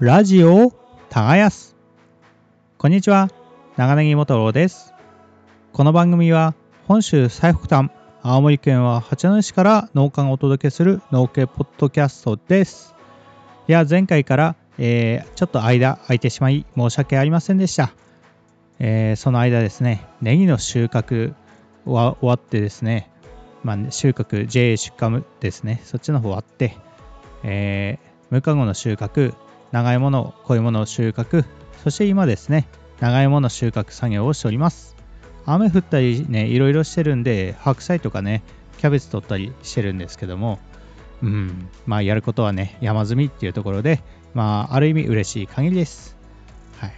ラジオを耕すこんにちは長ネギ元郎ですこの番組は本州最北端青森県は八戸市から農家がお届けする農系ポッドキャストですいや前回から、えーちょっと間空いてしまい申し訳ありませんでした、えーその間ですねネギの収穫は終わってですねまあ、収穫 JA 出荷ですねそっちの方終わって、えー、無加護の収穫長いもの濃いもの収穫そして今ですね長いもの収穫作業をしております雨降ったりねいろいろしてるんで白菜とかねキャベツ取ったりしてるんですけどもうんまあやることはね山積みっていうところでまあある意味嬉しい限りですはい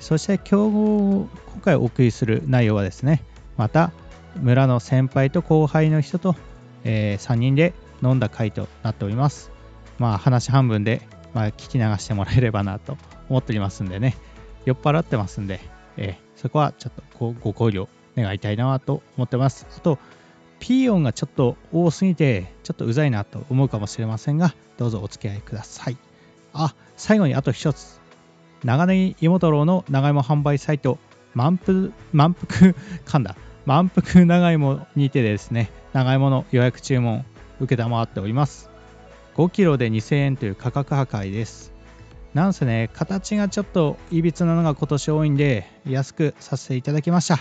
そして今日今回お送りする内容はですねまた村の先輩と後輩の人と、え3人で飲んだ回となっておりますまあ話半分で、まあ、聞き流してもらえればなと思っておりますんでね酔っ払ってますんで、えーそこはちょっとごご考慮願いたいなと思ってますあとピー音がちょっと多すぎてちょっとうざいなと思うかもしれませんがどうぞお付き合いくださいあ最後にあと一つ長ネギ芋太郎の長芋販売サイト満腹満腹噛んだ満腹長芋にてですね長芋の予約注文受けたまっております5キロで2000円という価格破壊ですなんせね形がちょっといびつなのが今年多いんで安くさせていただきました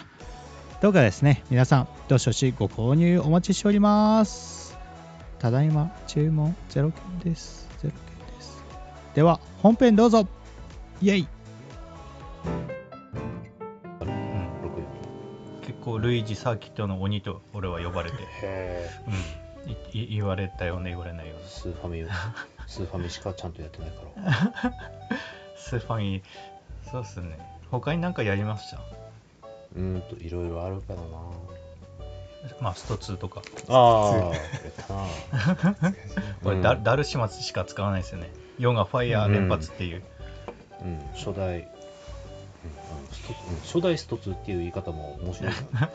どうかですね皆さんどしどしご購入お待ちしておりますただいま注文0件です0件ですでは本編どうぞイエイ六結構ルイージサーキットの鬼と俺は呼ばれて、へうん、いい言われたような言われないようーなスーファ ミをスーファミしかちゃんとやってないからスーファミそうっすね他に何かやりましたうーんといろいろあるからなまあスト2とかああやったな これうんダ,、ダルシマスしか使わないですよねヨガファイヤー連発っていう、うん初代うんあのストうん初代スト2っていう言い方も面白い な、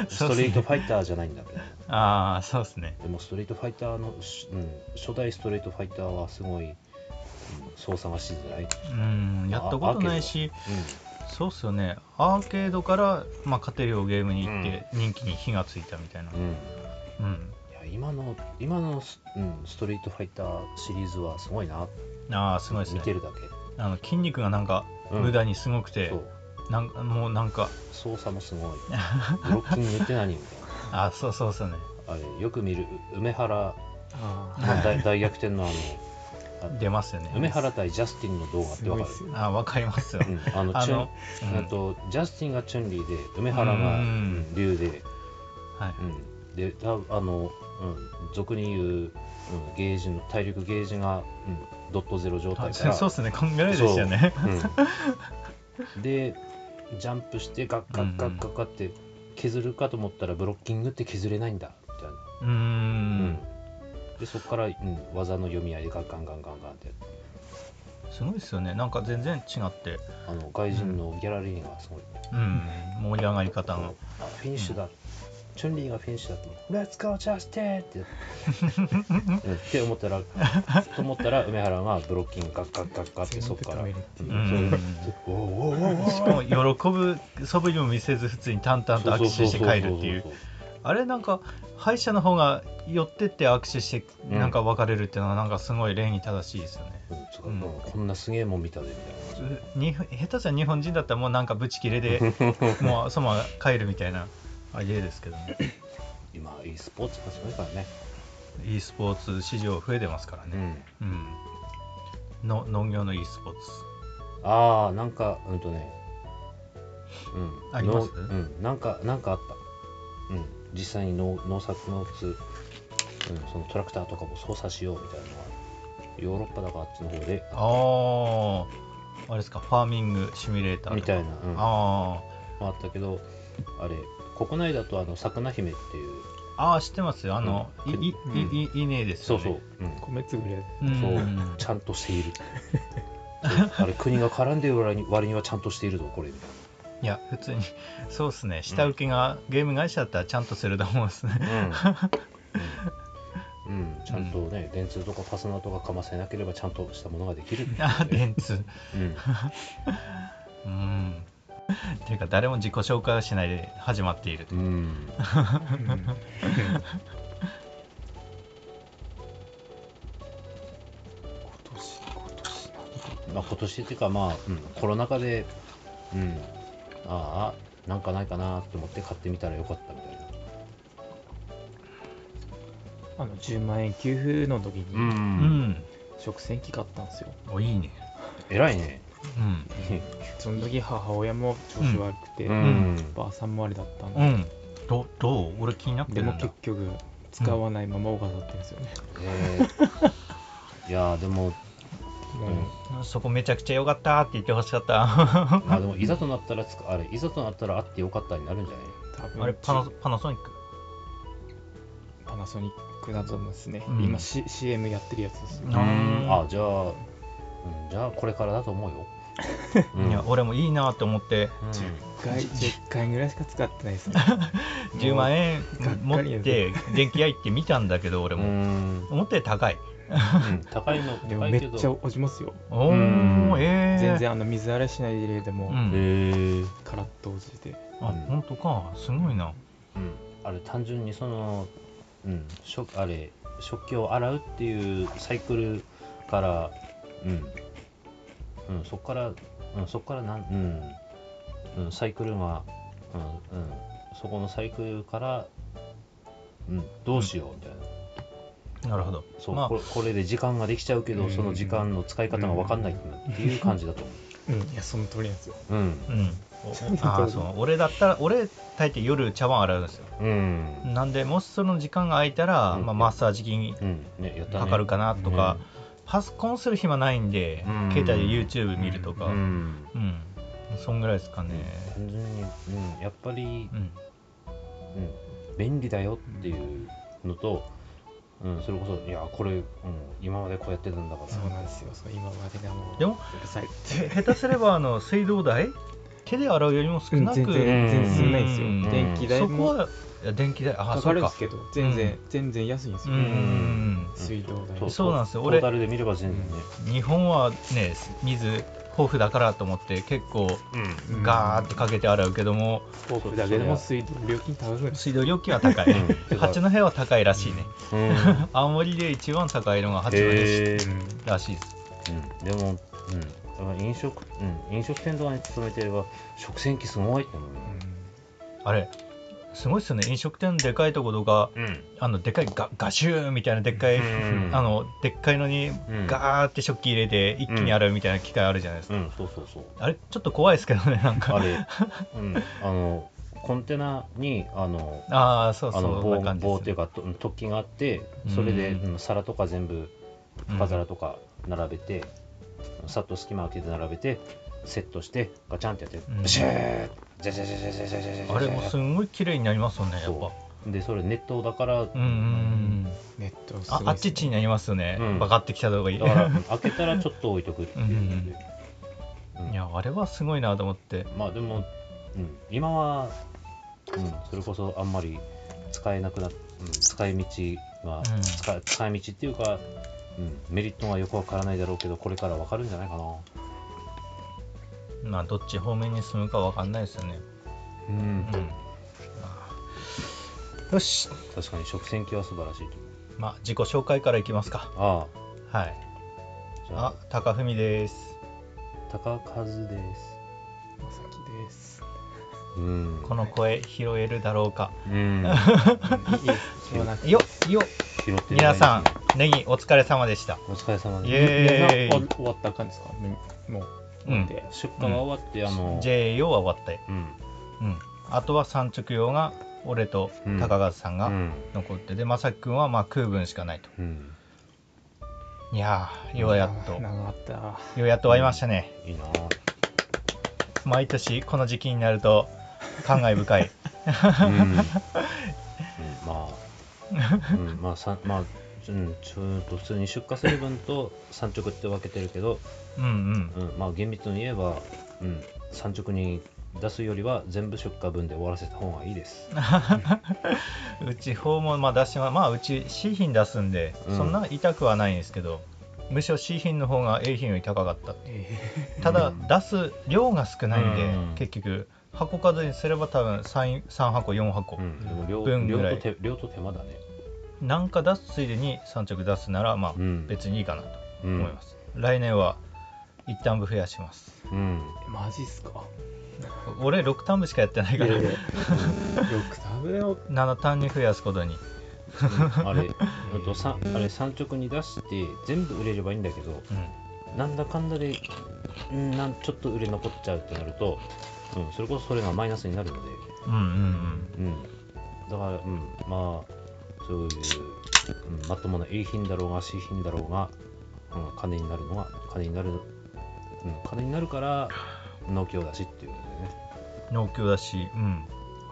うんストリートファイターじゃないんだけどああそうっすねでもストリートファイターの、しうん、初代ストリートファイターはすごい、うん操作がしづらい、うん、うんやったことないしそうっすよねアーケードから、まあ、家庭用ゲームに行って人気に火がついたみたいなうん、いうん、や今の今のス、うん、ストリートファイターシリーズはすごいなああすごいです見てねるだけあの筋肉がなんかうん無駄にすごくて、そうなんかもうなんか操作もすごいブロッキングって何みたいあそうそうそうねなあれよく見るう梅原あの大大逆転の あの出ますよあね梅原対ジャスティンの動画あ、っすてわごかいっるすよ。あわかりますようんあのあチュのン、うんえっとジャスティンがチュンリーで梅原がううんん竜で、はいうん、でたあの、うん、俗に言う、うん、ゲージの体力ゲージが、うん、ドットゼロ状態あから そうですねこんぐらいでしたよねうんでジャンプしてガッガッガッガッガッって削るかと思ったらブロッキングって削れないんだみたいな うーんでそこから、うん、技の読み合いでガンガンガンガンガンってすごいですよねなんか全然違ってあの外人のギャラリーがすごい、うん盛り上がり方あのフィニッシュだ、チュンリーがフィニッシュだって「レッツゴージャスティン!」って、 うんって思ったらと思ったら梅原がブロッキングガッガッガッガッってそこから、う全んるそう部止めっていうおーおーおーおーしかも喜ぶ素振りも見せず普通に淡々と握手して帰るっていうそうそうそうそうあれなんか敗者の方が寄ってって握手してうんなんか別れるっていうのはなんかすごい礼儀正しいですよねうんつうかうんこんなすげえもん見たでみたうに下手じゃ日本人だったらもうなんかブチ切れ でもうそのまま帰るみたいなあれですけどねいな今 e スポーツがすごいからね、 e スポーツ市場増えてますからねうんの農業の e スポーツああなんかうんとねうんありますのうんなんかなんかあったうん実際に農農作物、うん、そのトラクターとかも操作しようみたいなのがヨーロッパだからあっちの方であああれですかファーミングシミュレーターみたいなな、うん、あああったけどあれ国内だとあの桜姫っていうーあー知ってますよあの、うんいいいいいいねですそようねそう、うん米粒ぐらい。うんそうちゃんとしているそうあれ国が絡んでる割に割にはちゃんとしているぞこれみたいないや普通にそうですね下 請けが、ゲーム会社だったらちゃんとすると思うんですねうん、うんちゃんとね、電通とかファスナーとかかませなければちゃんとしたものができるって いうあので電通ううんんっていうか誰も自己紹介をしないで始まっているうんまあ、今年っていうかまあ、うんコロナ禍で、うん、ああなんかないかなと思って買ってみたらよかったみたいなあの10万円給付の時うにうんん食洗機買ったんですよ、おいいね偉いねうんその時母親も調子悪くて、うんばあさんもあれだったんうで、んどどう俺気になってでるもんだ結局使わないまま飾ってるんですよね、 えーいやーでももううんそこめちゃくちゃ良かったって言ってほしかったまあでもいざとなったらつくあれいざとなったらあってよかったになるんじゃない多あれ分パナパナソニックパナソニックだと思うんですね、うん今、C、CM やってるやつですよ、うーんあじゃあ、うん、じゃあこれからだと思うよ、う んいや俺もいいなって思ってうん10回10 回ぐらいしか使ってないですね10万円円がっ持かっりやぞて電気屋行って見たんだけど俺うもん思ったより高いうん高いのでも高めいけっちゃど落ちますよおうんおええ全然あの水洗いしないででも、うんへーカラッと落ちてあ本当かすごいなうん、あれ単純にその、うん、食あれ食器を洗うっていうサイクルから、うんうん、そこから、うん、そこからなん、うんうん、サイクルが、うんうん、そこのサイクルから、うん、どうしようみたいな、なるほどそうまあこれこれで時間ができちゃうけど、うんその時間の使い方が分かんないっていう感じだと思うんいやその通りなんですよう。うんうんおあーそう俺だったら俺大抵夜茶碗洗うんですようんなんでもしその時間が空いたら、うんまあ、マッサージ機にうんね、やったねかかるかなとか、パソコンする暇ないんで、うん携帯で YouTube 見るとかううん、んそんぐらいですかね単純に、うん、やっぱりう、んうん、便利だよっていうのと、うん、それこそいやこれ、うん、今までこうやってたんだから そうなんですよそう今までがもうでもうるさいってへ下手すればあの水道代手で洗うよりも少全な然く、全然進んないんですよ、うん電気代そこもはいや電気代ああかそかうるんでかすけど全然、全然安いんですうよ、んうんうん水道代とそうなんですよト俺ータルで見れば全然ね、日本はね水豊富だからと思って結構うんうんガーってかけて洗うけども、フォークだけでも水道料金高くなる水道料金は高いうん 八戸は高いらしいね、うん青森で一番高いのが八戸へーらしいです、うん、でも、うん、飲食、うん、飲食店とかに勤めてれば食洗機すごいって思うよあれすごいっすよね飲食店でかいとことかうんあのでかいガガシューみたいなでっかい、うんあのでっかいのにうんガーって食器入れて一気に洗うみたいな機械あるじゃないですか、うん、そうそうそうあれちょっと怖いですけどねなんかあれ、うん、あのコンテナにあのああそうそあのうそん棒な感じ棒でとすいようかと突起があってそれで、ううん皿とか全部うん深皿とか並べて、さっと隙間開けて並べてセットしてガチャンってやって、うんブシュージャジャジャジャジャジャジャジャジャあれもすんごい綺麗になりますよねやっぱそうでそれ熱湯だから、うんうんうんネットすごいああっちっちになりますよね、うんバカってきた方がいいだから開けたらちょっと置いとくっていうので、うんいやあれはすごいなと思ってまあでも、うん、今は、うん、それこそあんまり使えなくなっ、うん、使い道が、うん使使い道っていうか、うん、メリットがよくわからないだろうけどこれからわかるんじゃないかなまあどっち方面に進むかわかんないですよねううん、んよし確かに食洗機は素晴らしいと思うまあ自己紹介からいきますかあはいあじゃああ高文です高和ですまさきですうんこの声拾えるだろうかうんいいです言わなくてよよ拾ってる皆さんネギお疲れ様でしたお疲れ様イですエー皆さんイお終わった感じですかもううんで出荷が終わって、あの JAO は終わってうんうんあとは産直用が俺と高和さんうがん残って、でまさきくんはまあ空分しかないとうんいやーようやっとあー長かったようやっと終わりましたねいいな毎年この時期になると感慨深いあ、うんうん、まあ、うん、まあさまあうん、ちょっと普通に出荷する分と産直って分けてるけど、うんうんうん、まあ厳密に言えば、うん、産直に出すよりは全部出荷分で終わらせた方がいいです。うち法もまあ出しままあうち C 品出すんで、うんそんな痛くはないんですけどむしろ C 品の方が A 品より高かったただうん出す量が少ないんで、うん結局箱数にすれば多分 3, 三箱4箱、うん、でも量分ぐ量らいと手量と手間だね。なんか出すついでに3着出すならまうあん、別にいいかなとうん、思います、来年は1ターン分増やしますうん。マジっすか俺6ターン分しかやってないからよく食べよ7ターンに増やすことにあれ、あとさあれ産直に出して全部売れればいいんだけど、うんなんだかんだで、うんなんちょっと売れ残っちゃうってなると、うん、それこそそれがマイナスになるので、うんううんん、だから、うん、まあそういう、うん、まともな A 品だろうが C 品だろうが、うん、金になるのが金になる、うん、金になるから農協だしっていうのでねうん農協だし、うん、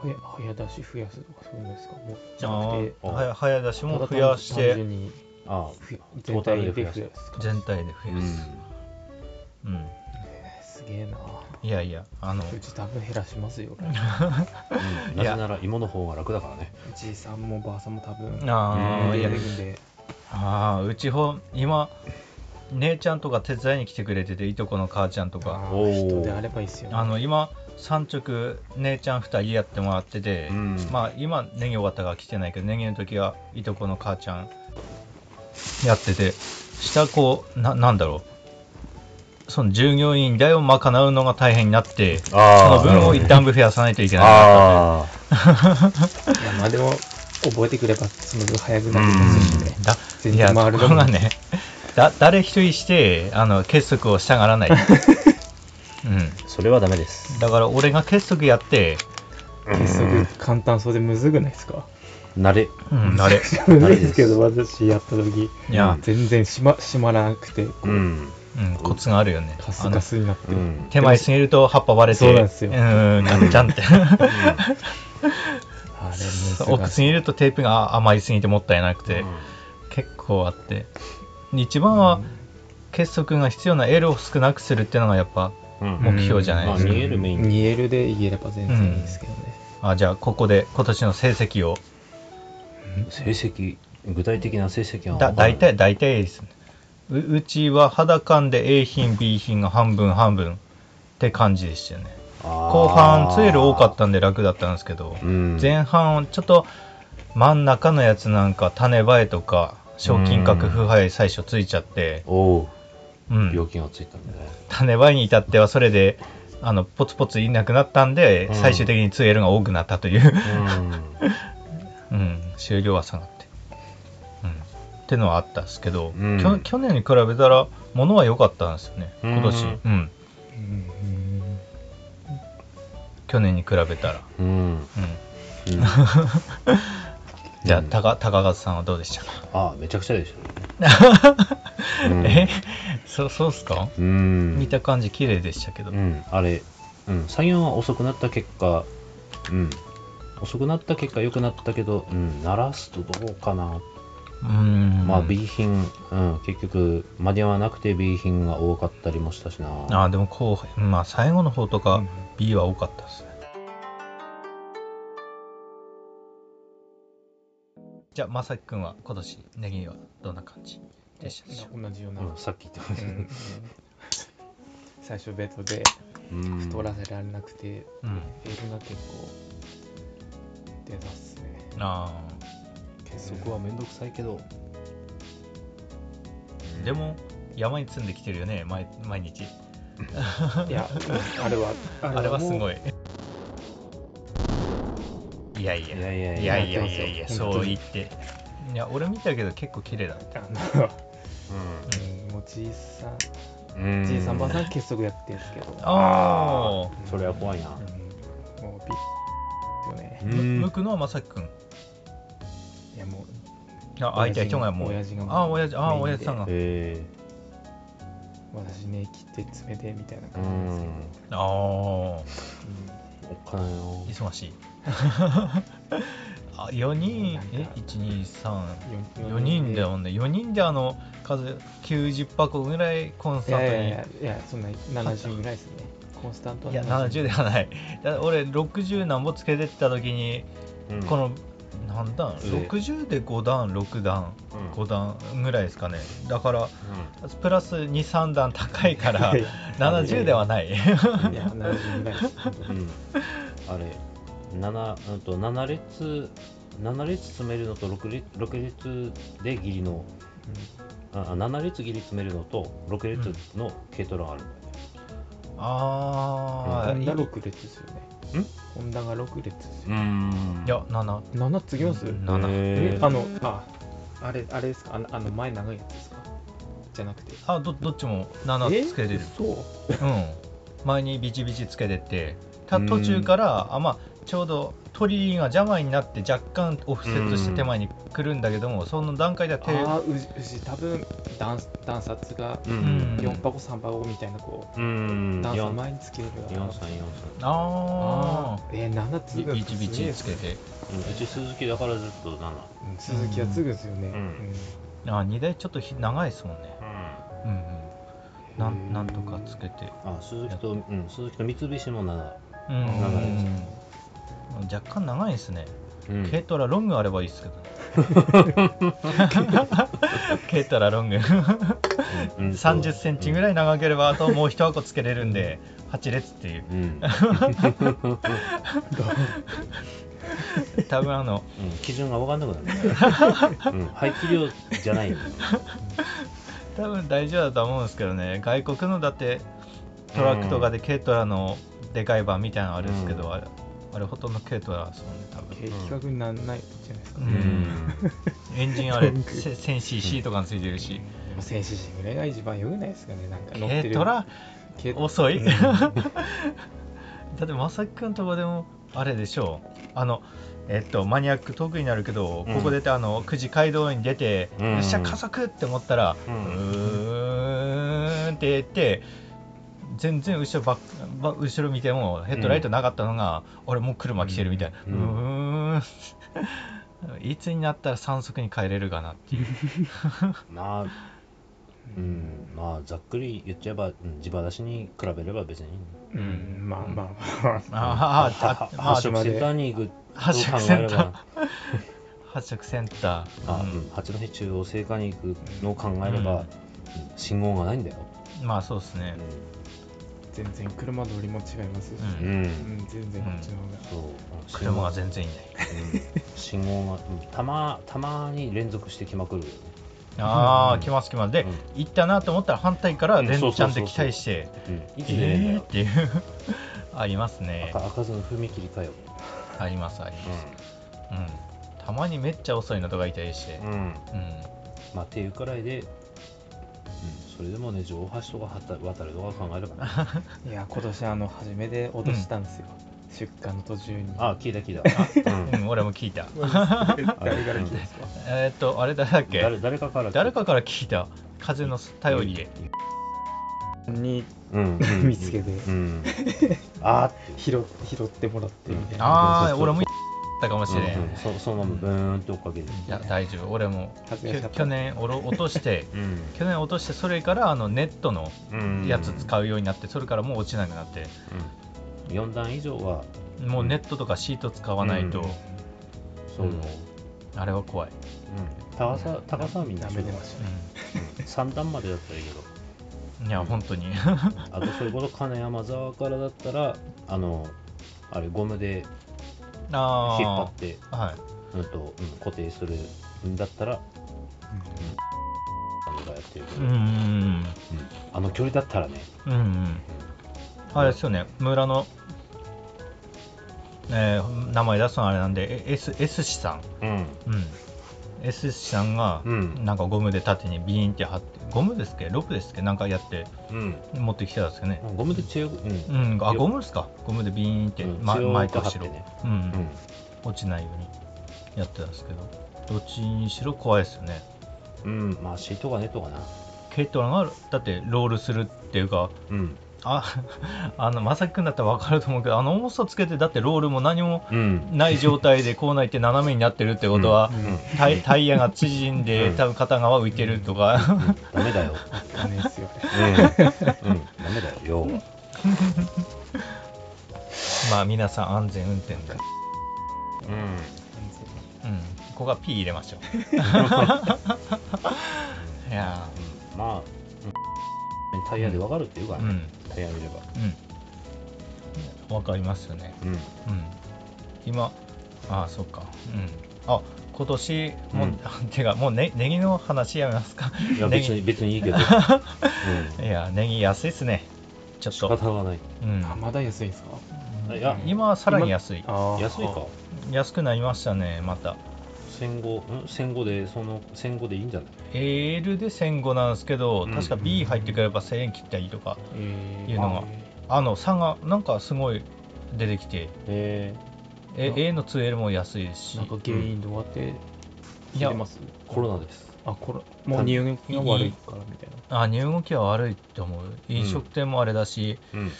はや早出し増やすとかそういうのですかもうじじゃなくてあー早早出しもた増だやし単て純にあふト全ータル体でで増増ややすす全体で増あ、やす、うんえーすげえないやいや あのうち多分減らしますよ俺うん、なぜなら芋の方が楽だからねじいさんもばあさんも多分あうーんいやるんであーうちほ今姉ちゃんとか手伝いに来てくれてていとこの母ちゃんとかあおーー人であればいいっすよねあの今3直姉ちゃん2人やってもらってて、うんまあ今ネギ尾形が来てないけどネギの時はいとこの母ちゃんやってて下こうななんだろうその従業員代を賄うのが大変になってそのあ分を一旦分増やさないといけないあいやまあでも覚えてくればその分早くなりますしねだ全い然や回るこのこもがねだ誰一人してあの結束をしたがらない、うん、それはダメですだから俺が結束やって、結束簡単そうでむずくないですか慣れうん、あれむずいですけど私やった時いや、全然しましまらなくてうんうん、コツがあるよねカスあカのスになってうん手前すぎると葉っぱ割れてそうなんですようんガッチャンって あれ難奥すぎしいるとテープが甘いすぎてもったいなくて、結構あって一番は結束が必要な L を少なくするっていうのがやっぱうん目標じゃないまあ、ですか、逃げるメイン。煮えるで言えれば全然いいですけどね、あじゃあここで今年の成績を成績、具体的な成績はだ分からない大。体大体ですねううちは肌感で A 品 B 品が半分半分って感じでしたよね後後半ツエル多かっ。たんで楽だったんですけど、うん。前半ちょっと真ん中のやつなんか種映えとか賞金獲腐敗最初ついちゃって、おう、うん病気がついたんだね。種梅に至ってはそれであのポツポツいなくなったんで、うん最終的に 2L が多くなったという、 ううん、終了は下がって、うん、ってのはあったんですけど、うんきょ去年に比べたら物は良かったんですよね今年、うんうんうん去年に比べたら、ん。うん。うん、うんじゃあ、うん高高勝さんはどうでしたか、あ、めちゃくちゃでしょ。うんえそそうっすか、うん。見た感じ綺麗でしたけど、うん、あれ、うん、作業は遅くなった結果、うん。遅くなった結果良くなったけど、うん、鳴らすとどうかな。うんまあ B 品、うん、結局間に合わなくて B 品が多かったりもしたしな。あーでもこう、まあ、最後の方とうかん B は多かったですね、じゃあ正輝くんは今年ネギはどんな感じでしたでしょう同じような、うん、さっき言ってましたうけどん最初ベッドでうん太らせられなくて、か、うん、エルが結構出たっすねあ結束はめんどくさいけど、ーでも山に積んできてるよね毎毎日い やあれはあれはすごいいいやいやいやいやいいややいやいやいや本当にそう言っていや俺見たけど結構綺麗だったあの、うん、もうじいさんうんじいさんばあさん結束やってんですけどああそれは怖いなうんもうビッよねう向んくのは正輝くんいやもあ、相手は人がもう。親父があ、親父、あ、メインで親父さんが。えう私ね切って詰めてみたいー、なう感じなんんですああ、けど、おっうんかないよ忙しい。 あ、4人、え、1、2、3。4人だよね4人であの数90箱ぐらいコンいサやいーやいトやいやそんな70ぐらいですねにコンスタントいや70ではないだ俺60なんぼつけてった時にうんこの何段上60で5段6段うん5段ぐらいですかねだからプラス23段高いか らいやい70ではない いや70ぐらいです本当うにんあれ7うんと7列7列詰めるのと6列六列で義理のああ7列義理詰めるのと6列の軽トラがあるんだよね、あホあンダい6列ですよねんホンダが6列ですようんや7 7つきますうんええあのああれあれですかあのあの前長いやつですかじゃなくてあどどっちも7つけれるそううん前にビチビチつけててた途中からあ、まあ、ちょうど鳥が邪魔になって若干オフセットして手前に来るんだけどもその段階では手ああうじうじ多分段段札がうん4箱3箱みたいなこうんう段差4前につけるような四三四三あああえー、7つーぐビチビチつけてうんうち鈴木だからずっと7うん鈴木は継ぐんですよね、うんあー荷台ちょっとひ長いですもんねうんうんうんなんなんとかつけてあ鈴木と、うん、鈴木と三菱も7うんうん長いですうん若干長いですねうん軽トラロングあればいいですけ どね 軽トラロングうん3 0ンチぐらい長ければあともう1箱つけれるんで8列っていううん、うん多分あの基準が分かんなくなる、うん、排気量じゃないよ、多分大丈夫だと思うんですけどね外国のだってトラックとかで軽トラのでかい版みたいなのあるんですけうど、んあれあれほとんど軽トラですもんね多分計画にならないじゃないですか、ううんんエンジンあロれング 1000cc とかについてるし、まあ、戦士陣ぐらいが一番良くないですかねなんか乗って軽るトラ軽遅い、うん だってまさきくんとかでもあれでしょうあのえっとマニアックトークになるけど、うんここ出てあの久慈街道に出て、うんよっしゃ加速って思ったら、ううんーんって言って全然後ろばっば後ろ見てもヘッドライトなかったのが、俺もう車来てるみたいな、ううんーん いつになったら3速に帰れるかなっていうまあうんまあざっくり言っちゃえば、うん、自腹出しに比べれば別にうんまあまあまああーあはまあ発色センターに行く発と色考セえンれタばー発色センター、あ、うんうん、八戸中央聖火に行くのを考えれば、うん信号がないんだよ、まあそうですね、全然車通りも違いますし、う、うんんうん全然こっちの方が、そう車がうん全然いない信号が、うん、たまたまに連続してきまくるよねああ、来ます来ますで、うん行ったなと思ったら反対からうん連チャンでそうそうそうそう期待して、うん、いつ出れんだえーよっ、ていう ありますね赤赤ずの踏切かよ、ありますあります、うん、たまにめっちゃ遅いのとかいたりしてう、ん、うん、まあっていうくらいで、うん、それでもね上橋とか渡渡るとか考えればねいや今年あの初めて落としたんですよ、出荷の途中にあ聞いた聞いたあ、うんうん俺も聞いた 誰から聞いたんですかえーっとあれ誰だっけ誰誰かから誰かから聞いた風の頼りで、にうん、見つけてうん、あーって拾っ拾ってもらってみたいなあそうあそうそう俺もったかもしれん、うんうん、そそのままブーンって追っかけていや大丈夫俺も恥ずかしかきょった去年おろ落としてうん去年落としてそれからあのネットのうんやつ使うようになってそれからもう落ちなくなってうん、4段以上はもうネットとかシート使わないと、うんそう、ううんん、あれは怖い、高さ高さはみんなダメ出ました3段までだったらいいけどうんいや 本当にあとそれこそ金山沢からだったらあのあれゴムで引っ張あってあはいうんと、うん、固定するんだったら、うん、がやってるけうど、んうんあの距離だったらねうんうんあれですよね村の、えー名前出すのあれなんでえ S, S 氏さうんん、うん、S 氏さんがうんなんかゴムで縦にビーンって貼ってゴムですっけロープですっけなんかやってうん持ってきてたんですよねゴムで強く、うんうん、あゴムですかゴムでビーンって、うんま、強く前と後張っろ、てねうんうん落ちないようにやってたんですけどどっちにしろ怖いですよねうん、まあシートがネットかな。軽トラがだってロールするっていうかうん。あ あのまさきくんだったら分かると思うけどあの重さつけてだってロールも何もうん。ない状態で校内って斜めになってるってことは、タイタイヤが縮んで、うん多分片側浮いてるとか、 ダメだよ。ダメですようん。うん、ダメだよ、要は。皆さん安全運転で、うんうん、ここが P 入れましょういやまあ、うんタイヤでわかるっていうかーらうね、んタイヤ見れば。うんわかりますよねうん。うん、今ああそうかうんあ今年もうう、 んてかもうねネギの話やめますか いや、ネ別ギに、別にいいけど。うん。いやネギ安いっすねちょっ仕と、方がない。うんあ、まだ安いんですかいや今はさらに安いあー安いか。安くなりましたねまた戦後、ん戦後で、その、戦後でいいんじゃない AL で1500なんですけど、うん確か B 入ってくれば1000円切ったりとかえーいうのがあの差がなんかすごい出てきてええあ A の 2L も安いですしなんか原因どうやって知ってますー、コロナです。あ、これ、もう入院が悪いからみたいな。あ値動きは悪いって思う飲食店もあれだし、うん。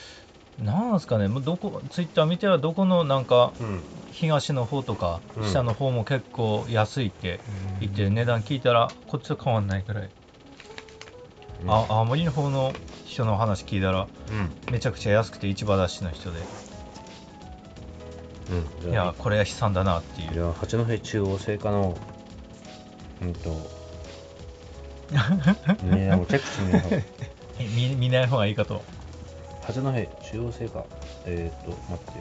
なんすかねもうどこツイッター見てはどこのなんかうん。東の方とかうん下の方も結構安いって言って、値段聞いたらこっちと変わんないくらい、あ青森の方の人の話聞いたうらん。めちゃくちゃ安くて市場出しの人でうん。じいゃあやこれは悲惨だなっていいうや八戸中央製菓のうんとねえもうチェックしてみようえ見見ない方がいいかと八戸中央製菓えっ、ー、と待って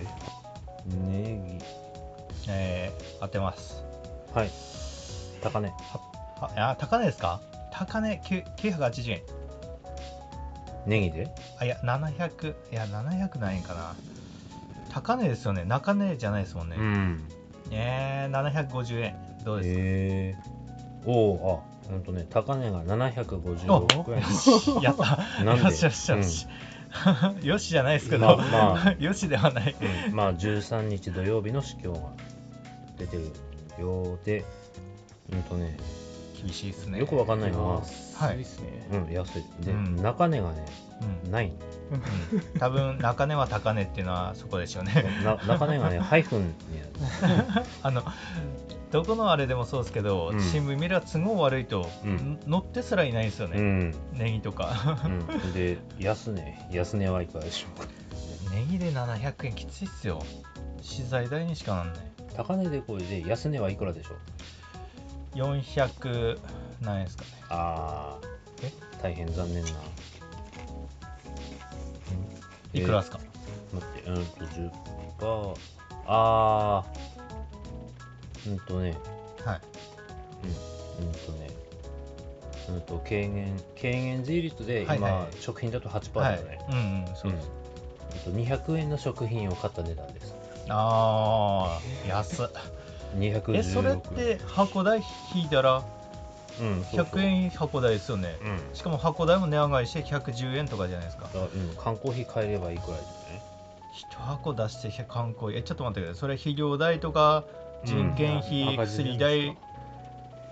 ネえー当てますギはい高値はあ高値ですか高値9 980円ネギであいや700いや700ないんかな高値ですよね中値じゃないですもんね、んえー、750円どうですか、えー、おおあほんとね高値が756円 おやったなんでよしよしよし、 よしじゃないですけど、まあま よしではないうんまあ13日土曜日の市況が出てるようでうんとね厳しいですねよくわかんないのははい。ですね。うん安いで、うん中値がねうんないうん多分中値は高値っていうのはそこでしょうね な中根がね ハイフンになるあのどこのあれでもそうですけど、うん新聞見れば都合悪いと、うん乗ってすらいないですようね、ん、ネギとか うん、で安値安値はいかがでしょうかネギで700円きついっすよ資材代にしかなんない高値でこれで安値はいくらでしょう400何円ですかねああえ大変残念な、えいくらですか、待ってうんと10パーあーうんとねはいうんうんとねうんと軽減軽減税率で今、はいはいはい食品だと8%はだいよね、うんうんそううんうんです、と200円の食品を買った値段ですああ安っ216えそれって箱代引いたらうんそうそう100円箱代ですよねうんしかも箱代も値上がりして110円とかじゃないですかあうん、缶コーヒー買えればいいくらいだよね。 1箱出して100缶コーヒーえちょっと待ってくださいそれ肥料代とか人件うん費、赤字薬じゃないです代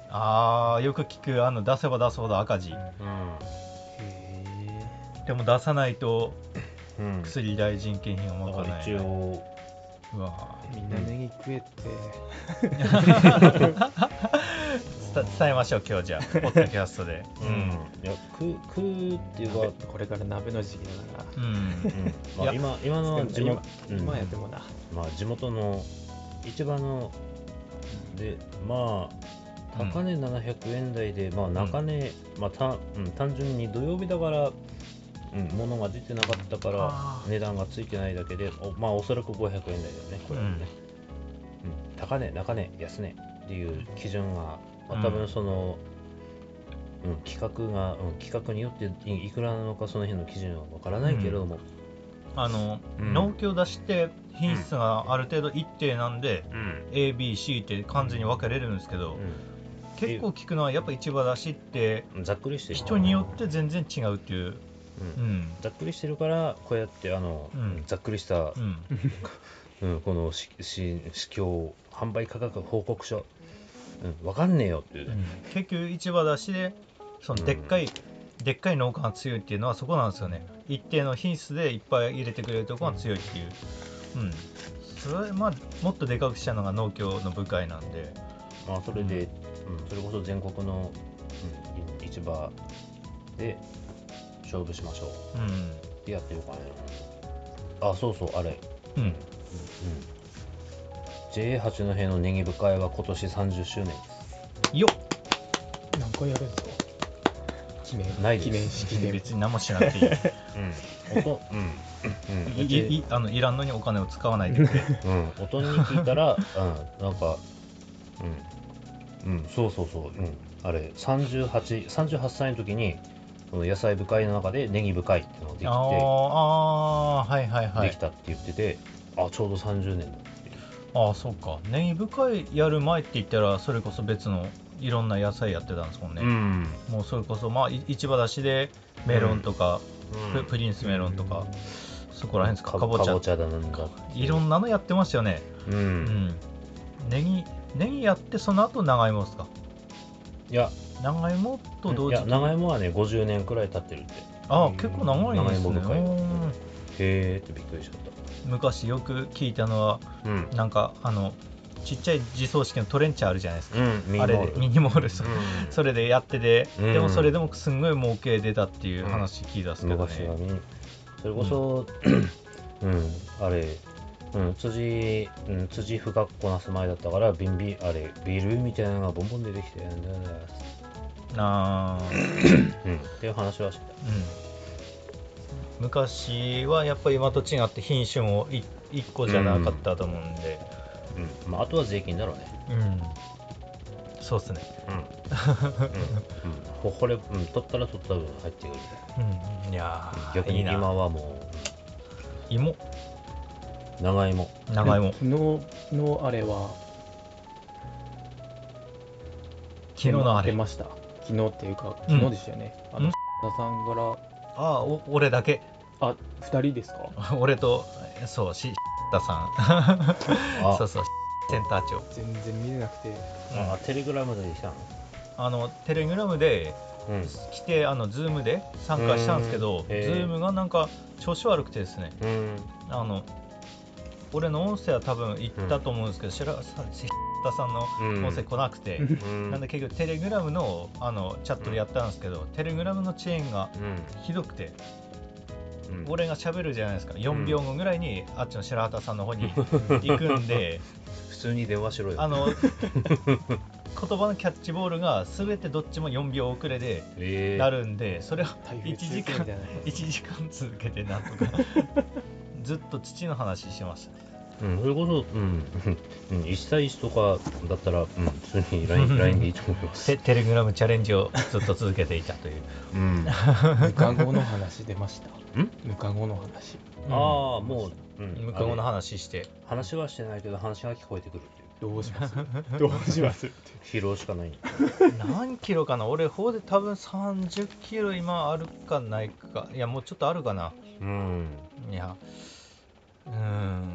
あーよく聞くあの出せば出すほど赤字、へでも出さないとうん。うん。薬代人件費がだ賄からえない一応、うわーみんなネギ食えって。伝伝えましょう今日じゃあポッドキャストでうん。いや、食う、食うっていうか、鍋これから鍋の時期だかうん、うんうん。 まあ、い今、今のら。はで地も元、う今、ん今やってもな。まあ、地元の市場の、で、まあ、うん高値700円台で、まあ、中値、まあ、た、うん、単純に土曜日だから、うん、物が出てなかったかあーら、値段がついてないだけで、おまあ、おそらく500円台だよね、これはね。うんうん、高値、中値、安値っていう基準が、まうんあ、多分その、うん企画が、うん、企画によっていいくらなのかその辺の基準はわからないけれども、あの、うん農協出して品質がある程度一定なんで、うん ABC って完全に分けれるんですけど、結構聞くのはやっぱ市場出しってうんざっくりしてる人によって全然違うっていううんうんざっくりしてるからこうやってあの、うんざっくりしたう、んうんこの市況販売価格報告書、うん、わかんねえよっていうね、結局市場出しでそのでっかい、でっかい農家が強いっていうのはそこなんですよね一定の品質でいっぱい入れてくれるとこが強いっていううんそれまあもっとでかくしたのが農協の部会なんでまあそれで、うんそれこそ全国の、うん、市場で勝負しましょううんってやってるからねあそうそうあれうん JA8 の辺のネギ部会は今年30周年でよ何回やるんですか記念ないです記念式っで別に何もしなくていいす。うん。音、うん。うん。 いいいあのいらんのにお金を使わないでくれうん、大人に聞いたら、うん、なんか、うん、うん、そうそうそう、うん、あれ、38、38歳の時に、この野菜部会の中でネギ部会っていうのあーがあーはいはいはできて、でいきたって言ってて、あ、ちょうど30年だっていう。ああそうかネギ深いやる前って言ったらそれこそ別のいろんな野菜やってたんですもんね、ん。もうそれこそまあい市場出しでメロンとか、ププリンスメロンとか、そこら辺ですかかぼちゃかぼちゃだなんだ。いろんなのやってましたよねうん。うんネギネギやってその後長芋ですかいや、長芋と同い時や期長芋はね、50年くらい経ってるって。ああ結構長いんですね長芋深いうんへーってびっくりしちゃっ昔よく聞いたのはた。うん。なんかあのちっちゃい自走式のトレンチャーあるじゃないですか、うん、ミニモあれールでミニモールそううんそれでやってて、うんでもそれでもすんごい儲け出たっていう話聞いたんですけど昔ね、はねそれこそ、うんあれ、うん、辻、うん、辻深くこなす前だったからビンビあれビールみたいなのがボンボン出てきてねあーうん、っていう話はしてたうん、昔はやっぱり今と違って品種もい一個じゃなかったと思うんで、うんまあ、あとは税金だろうねうんそうっすね、うん、うんほほれ、うん、取ったら取った分入ってくるうん、いやー逆いにいな今はも芋う長芋長 芋昨日のあれは昨日のあ出れました昨日っていうかうん昨日でしたよね、あうのん田さんからああお俺だけ あ二人ですか俺とそうし田さんあ そうそうセンター長、うん全然見れなくてあテレグラムで来たのあのテレグラムでうん来てあのズームで参加したんですけどうんズへえームがなんか調子悪くてですねうんあの俺の音声は多分言ったと思うんですけど、しらさし田さんの音声来なくて、うんなんで結局テレグラムのあのチャットでやったんですけど、テレグラムの遅延がうんひどくて、うん俺が喋るじゃないですか4秒後ぐらいにあっちの白畑さんの方 に行くんで普通に電話しろよあの言葉のキャッチボールが全てどっちも4秒遅れでえーなるんでそれを台風中継1時みたい間な1時間続けてなんとか ずっと土の話してましたねうん、それこそ、うん、うん、1対1とかだったら、うん、普通に LINE ラインでいいと思いまテす。テレグラムチャレンジをずっと続けていたという、うん、あぬかごの話出ましたんぬかごの話あ、もう、うん、向こうのあれ話して話はしてないけど、話が聞こえてくるっていう。どうし ますどうします疲労しかない。何キロかな俺方で多分30キロ今あるかないかいやもうちょっとあるかなうん。いやうーん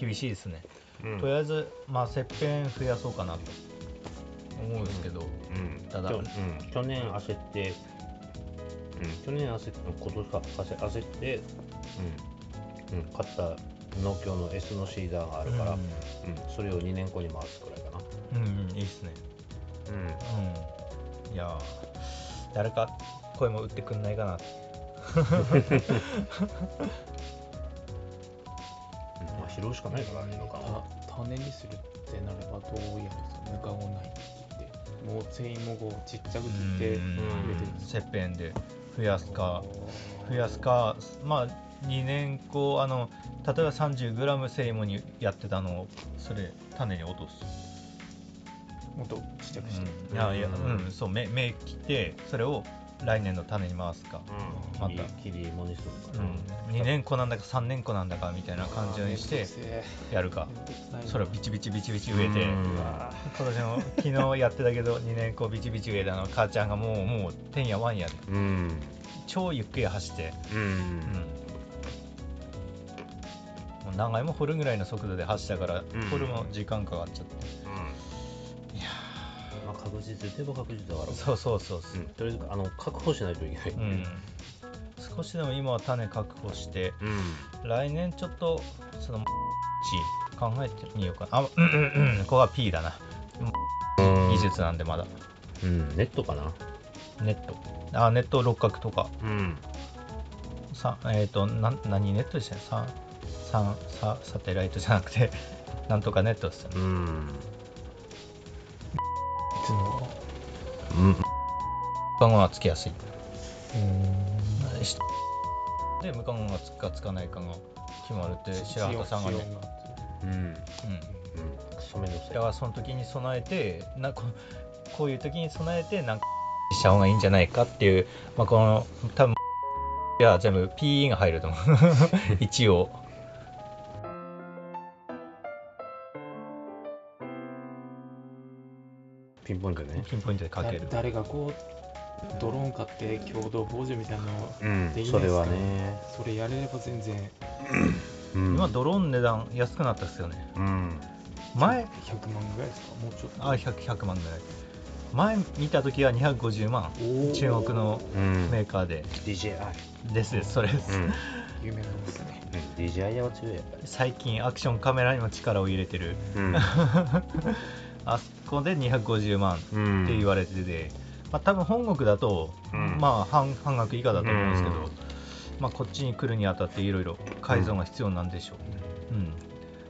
厳しいですね、うんとりあえずまあせっぺん増やそうかなと思うんですけど、うん、ただきょうん、去年焦って、うん、去年焦って、今年か、焦焦って、うん、うん、買った農協の S のシーダーがあるから、うん、それを2年後に回すくらいかな。うん、うんうんいいっすねうん。うんいやー誰か声も打ってくんないかなまあ、疲労しかないからね、なんか。た種にするってなればどうやるんですかぬかごないってもう繊維もごうちっちゃく切ってうん入れてるんですせっぺんで増やすかか増やすかまあ2年後あの例えば 30g セイモにやってたのをそれ種に落とす、もっとちっちゃくして、うんいやいや、うんうん、そう芽芽切ってそれを来年の種に回すか、うん、ままたた切り芋にするうから、ん2年後なんだか3年後なんだかみたいな感じにしてやるあかーめんどくせえめんどくさいなそれをビチビチビチビチ植えて、うんうわー今年も昨日やってたけど2年後ビチビチ植えたの母ちゃんがもうもうてんやわんやでうん超ゆっくり走って、うんもう長芋掘るぐらいの速度で走ったから、うん掘るも時間かかっちゃっていやまあ確実でも確実だからーそうそうそううそんう、とりあえずあの確保しないといけないうん少しでも今は種確保してうん来年ちょっとその考えてみようかなあうんうんうんここは P だな技術なんでまだうんネットかなネットあネット六角とかうんさえっ、とな何ネットでしたねサンササテライトじゃなくて なんとかネットですよねうんつのはうん無冠はつきやすいうーんで無冠がつくかつかないかが決まるって白畑さんがね、強いうんうん、クソめんどくさいだからその時に備えてなここういう時に備えてなんかした方がいいんじゃないかっていう、まあ、この多分いや全部 PE が入ると思う 一応ピンポイントでねピンポイントでかけるだ誰がこうドローン買って共同防除みたいなのうんできなそいでれすかはねそれやれれば全然うん今ドローン値段安くなったっすよねうん前100万ぐらいですかもうちょっとあ 100, 100万ぐらい前見た時は250万おー中国のうんメーカーで DJI ですですそれです、うん夢なんですね DJI は強いやっぱり最近アクションカメラにも力を入れてるうんあそこで250万うんって言われてて、まあ、多分本国だと、うんまあ半半額以下だと思うんですけど、うんまあ、こっちに来るにあたっていろいろ改造が必要なんでしょう、うん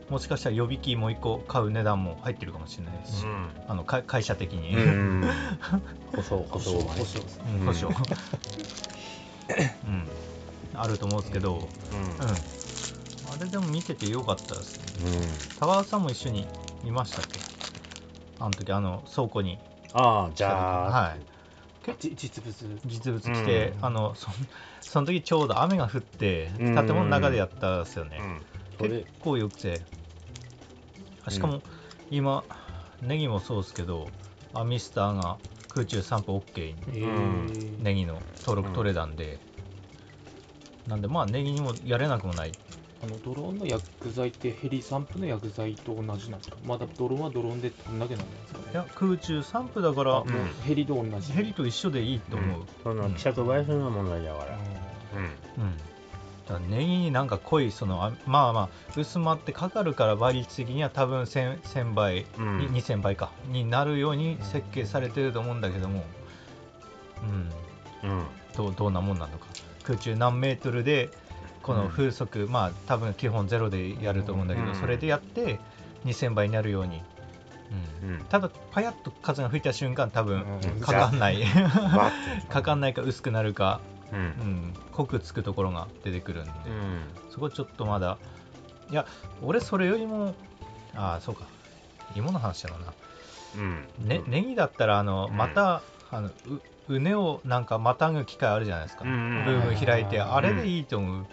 もしかしたら予備機もう1個買う値段も入ってるかもしれないですし、あのか会社的に、うんうん保証保証はね保証ですねうんうん保証うんあると思うんですけど、うん、あれでも見ててよかったですうねんうん高田さんも一緒に見ましたっけあの時あの倉庫にああじ来た時ゃあはいじ実物実物来て、うあのそんその時ちょうど雨が降ってう建ん物の中でやったんですよね、うんそれ結構よくてあしかも今、ネギもそうですけどアミスターが空中散歩 OK にえんーネギの登う録ん取れたんで、なんでまあネギにもやれなくもないあのドローンの薬剤ってヘリ散布の薬剤と同じなんですかまだドローンはドローンで飛んだけなんじゃないですかねいや空中散歩だから、んもうヘリと同じヘリと一緒でいいと思う、その記者とバイスの問題だかあらうん、だからネギになんか濃いそのあまあまあ薄まってかかるから倍率的には多分 1000, 1000倍、うんに2000倍かになるように設計されてると思うんだけども、うん、うんどうどんなもんなのか空中何メートルでこの風速、まあ多分基本ゼロでやると思うんだけど、うんそれでやって2000倍になるように、ううん んただパヤッと風が吹いた瞬間多分うんかかんないバッ かかんないか薄くなるか、ううんん、濃くつくところが出てくるんで、そこちょっとまだいや俺それよりもああそうか芋の話だな、うんね、ネギだったらあのうんまた、あのううねをなんかまたぐ機会あるじゃないですか、うんうんうんブーム開いて、うんあれでいいと思う、うん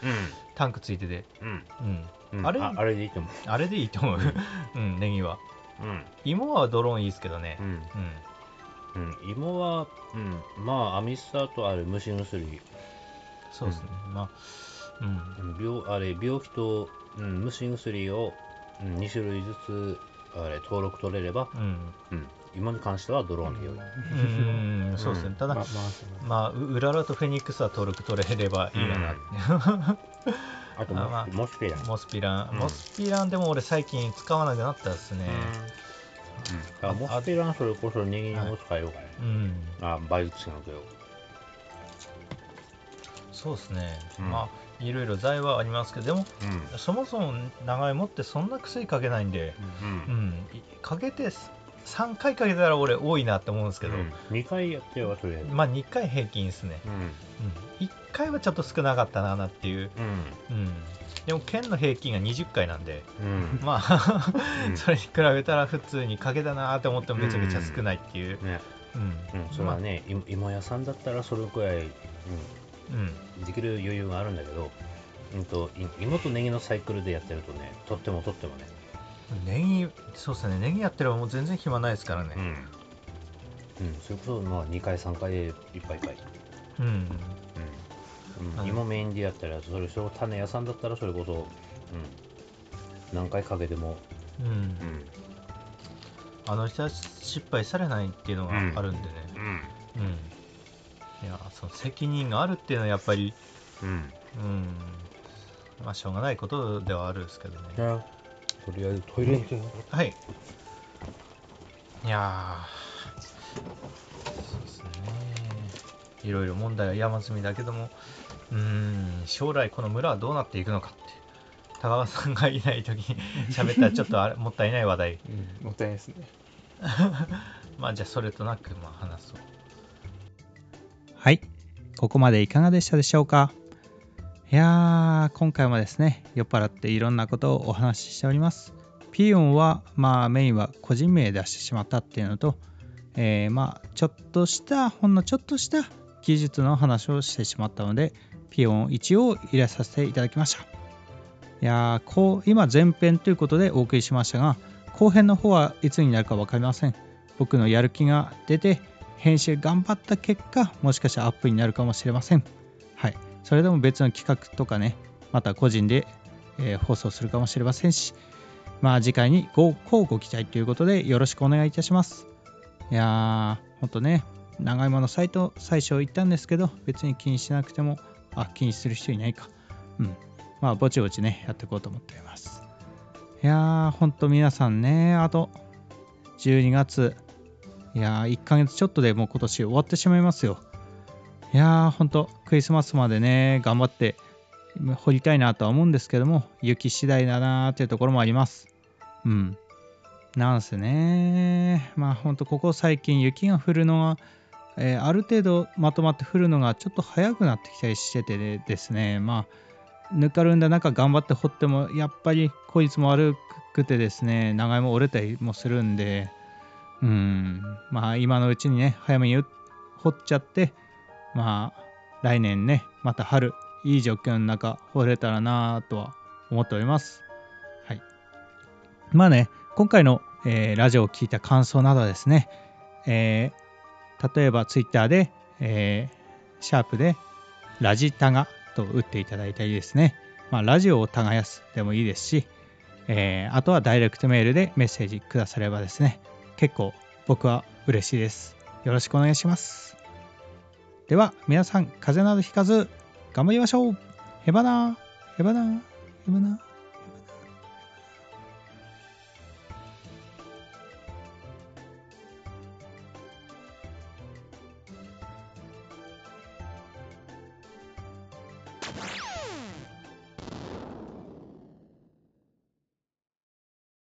タンクついてて、うんうん、うんあれあれでいいと思あれでいいと思う、うん、ネギはううん芋はドローンいいですけどねう、んうんうん芋はうんまあアミスターとあれ虫薬そうですね、まあうんうん病あれ病気と、うん、虫薬を、うん、2種類ずつあれ登録取れれば、うんうん、今に関してはドローンでよい、うんうんうんそうですね、ただ、ま回せますまあ、ううららとフェニックスは登録取れればいいかなって、あともあまあモスペラン、モスピラン、うんモスピランでも俺最近使わなくなったですねうん、あモスペランそれこそ人間を使いようかね、うん、あ倍率なのけどそうですね、うんまあいろいろ材はありますけどでもうんそもそも長芋ってそんな薬かけないんで、うんうん、いかけて3回かけたら俺多いなって思うんですけど、うん2回やってはとりあえずまあ2回平均ですね、うんうん、1回はちょっと少なかったなっていう、うん、でも県の平均が20回なんでうんうんまあうん それに比べたら普通にかけたなーって思ってもめちゃくちゃ少ないっていう、ねうんうん、それはね、い芋屋さんだったらそれくらい、うん、うん、できる余裕があるんだけど、うん、とい芋とネギのサイクルでやってるとね取っても取ってもねネギそうですねネギやってればもう全然暇ないですからうねん、うん、それこそまあ2回3回でいっぱいいっぱい、うん、うんううんん、芋メインでやったらそれそれを種屋さんだったらそれこそ、うん、何回かけても、うんうんあの人は失敗されないっていうのがあるんでね、うんうんいやその責任があるっていうのはやっぱりうん、うんまあしょうがないことではあるんですけどねとりあえずトイレ行ってよはいいやーそうですねいろいろ問題は山積みだけどもうーん将来この村はどうなっていくのかって田川さんがいない時に喋ったらちょっとあれもったいない話題もったいないですねまあじゃあそれとなくまあ話そうはい、ここまでいかがでしたでしょうかいやー、今回もですね、酔っ払っていろんなことをお話ししております。ピーヨンは、まあメインは個人名出してしまったっていうのと、えーまあちょっとした、ほんのちょっとした技術の話をしてしまったので、ピーヨンを一応入れさせていただきました。いやー、こう、今前編ということでお送りしましたが、後編の方はいつになるか分かりません。僕のやる気が出て、編集頑張った結果もしかしたらアップになるかもしれませんはいそれでも別の企画とかねまた個人で、えー放送するかもしれませんしまあ次回にご乞うご期待ということでよろしくお願いいたしますいやーほんとね長芋のサイト最初行ったんですけど別に気にしなくてもあ気にする人いないかうんまあぼちぼちねやっていこうと思っておりますいやーほんと皆さんねあと12月いやー、1ヶ月ちょっとでもう今年終わってしまいますよ。いやー、ほんと、クリスマスまでね、頑張って掘りたいなとは思うんですけども、雪次第だなーっていうところもあります。うん。なんせね、まあほんと、ここ最近雪が降るのが、えーある程度まとまって降るのがちょっと早くなってきたりしててですね、まあ、ぬかるんだ中頑張って掘っても、やっぱりこいつも悪くてですね、長芋折れたりもするんで、うん、まあ今のうちにね、早めに打っ掘っちゃって、まあ来年ね、また春、いい状況の中、掘れたらなぁとは思っております。はい。まあね、今回の、えーラジオを聞いた感想などはですね、えー例えば Twitter で、えーシャープで、ラジタガと打っていただいたりですね、まあラジオを耕すでもいいですし、えーあとはダイレクトメールでメッセージくださればですね、結構僕は嬉しいです。よろしくお願いします。では皆さん風邪などひかず頑張りましょう。へばなへばなへばな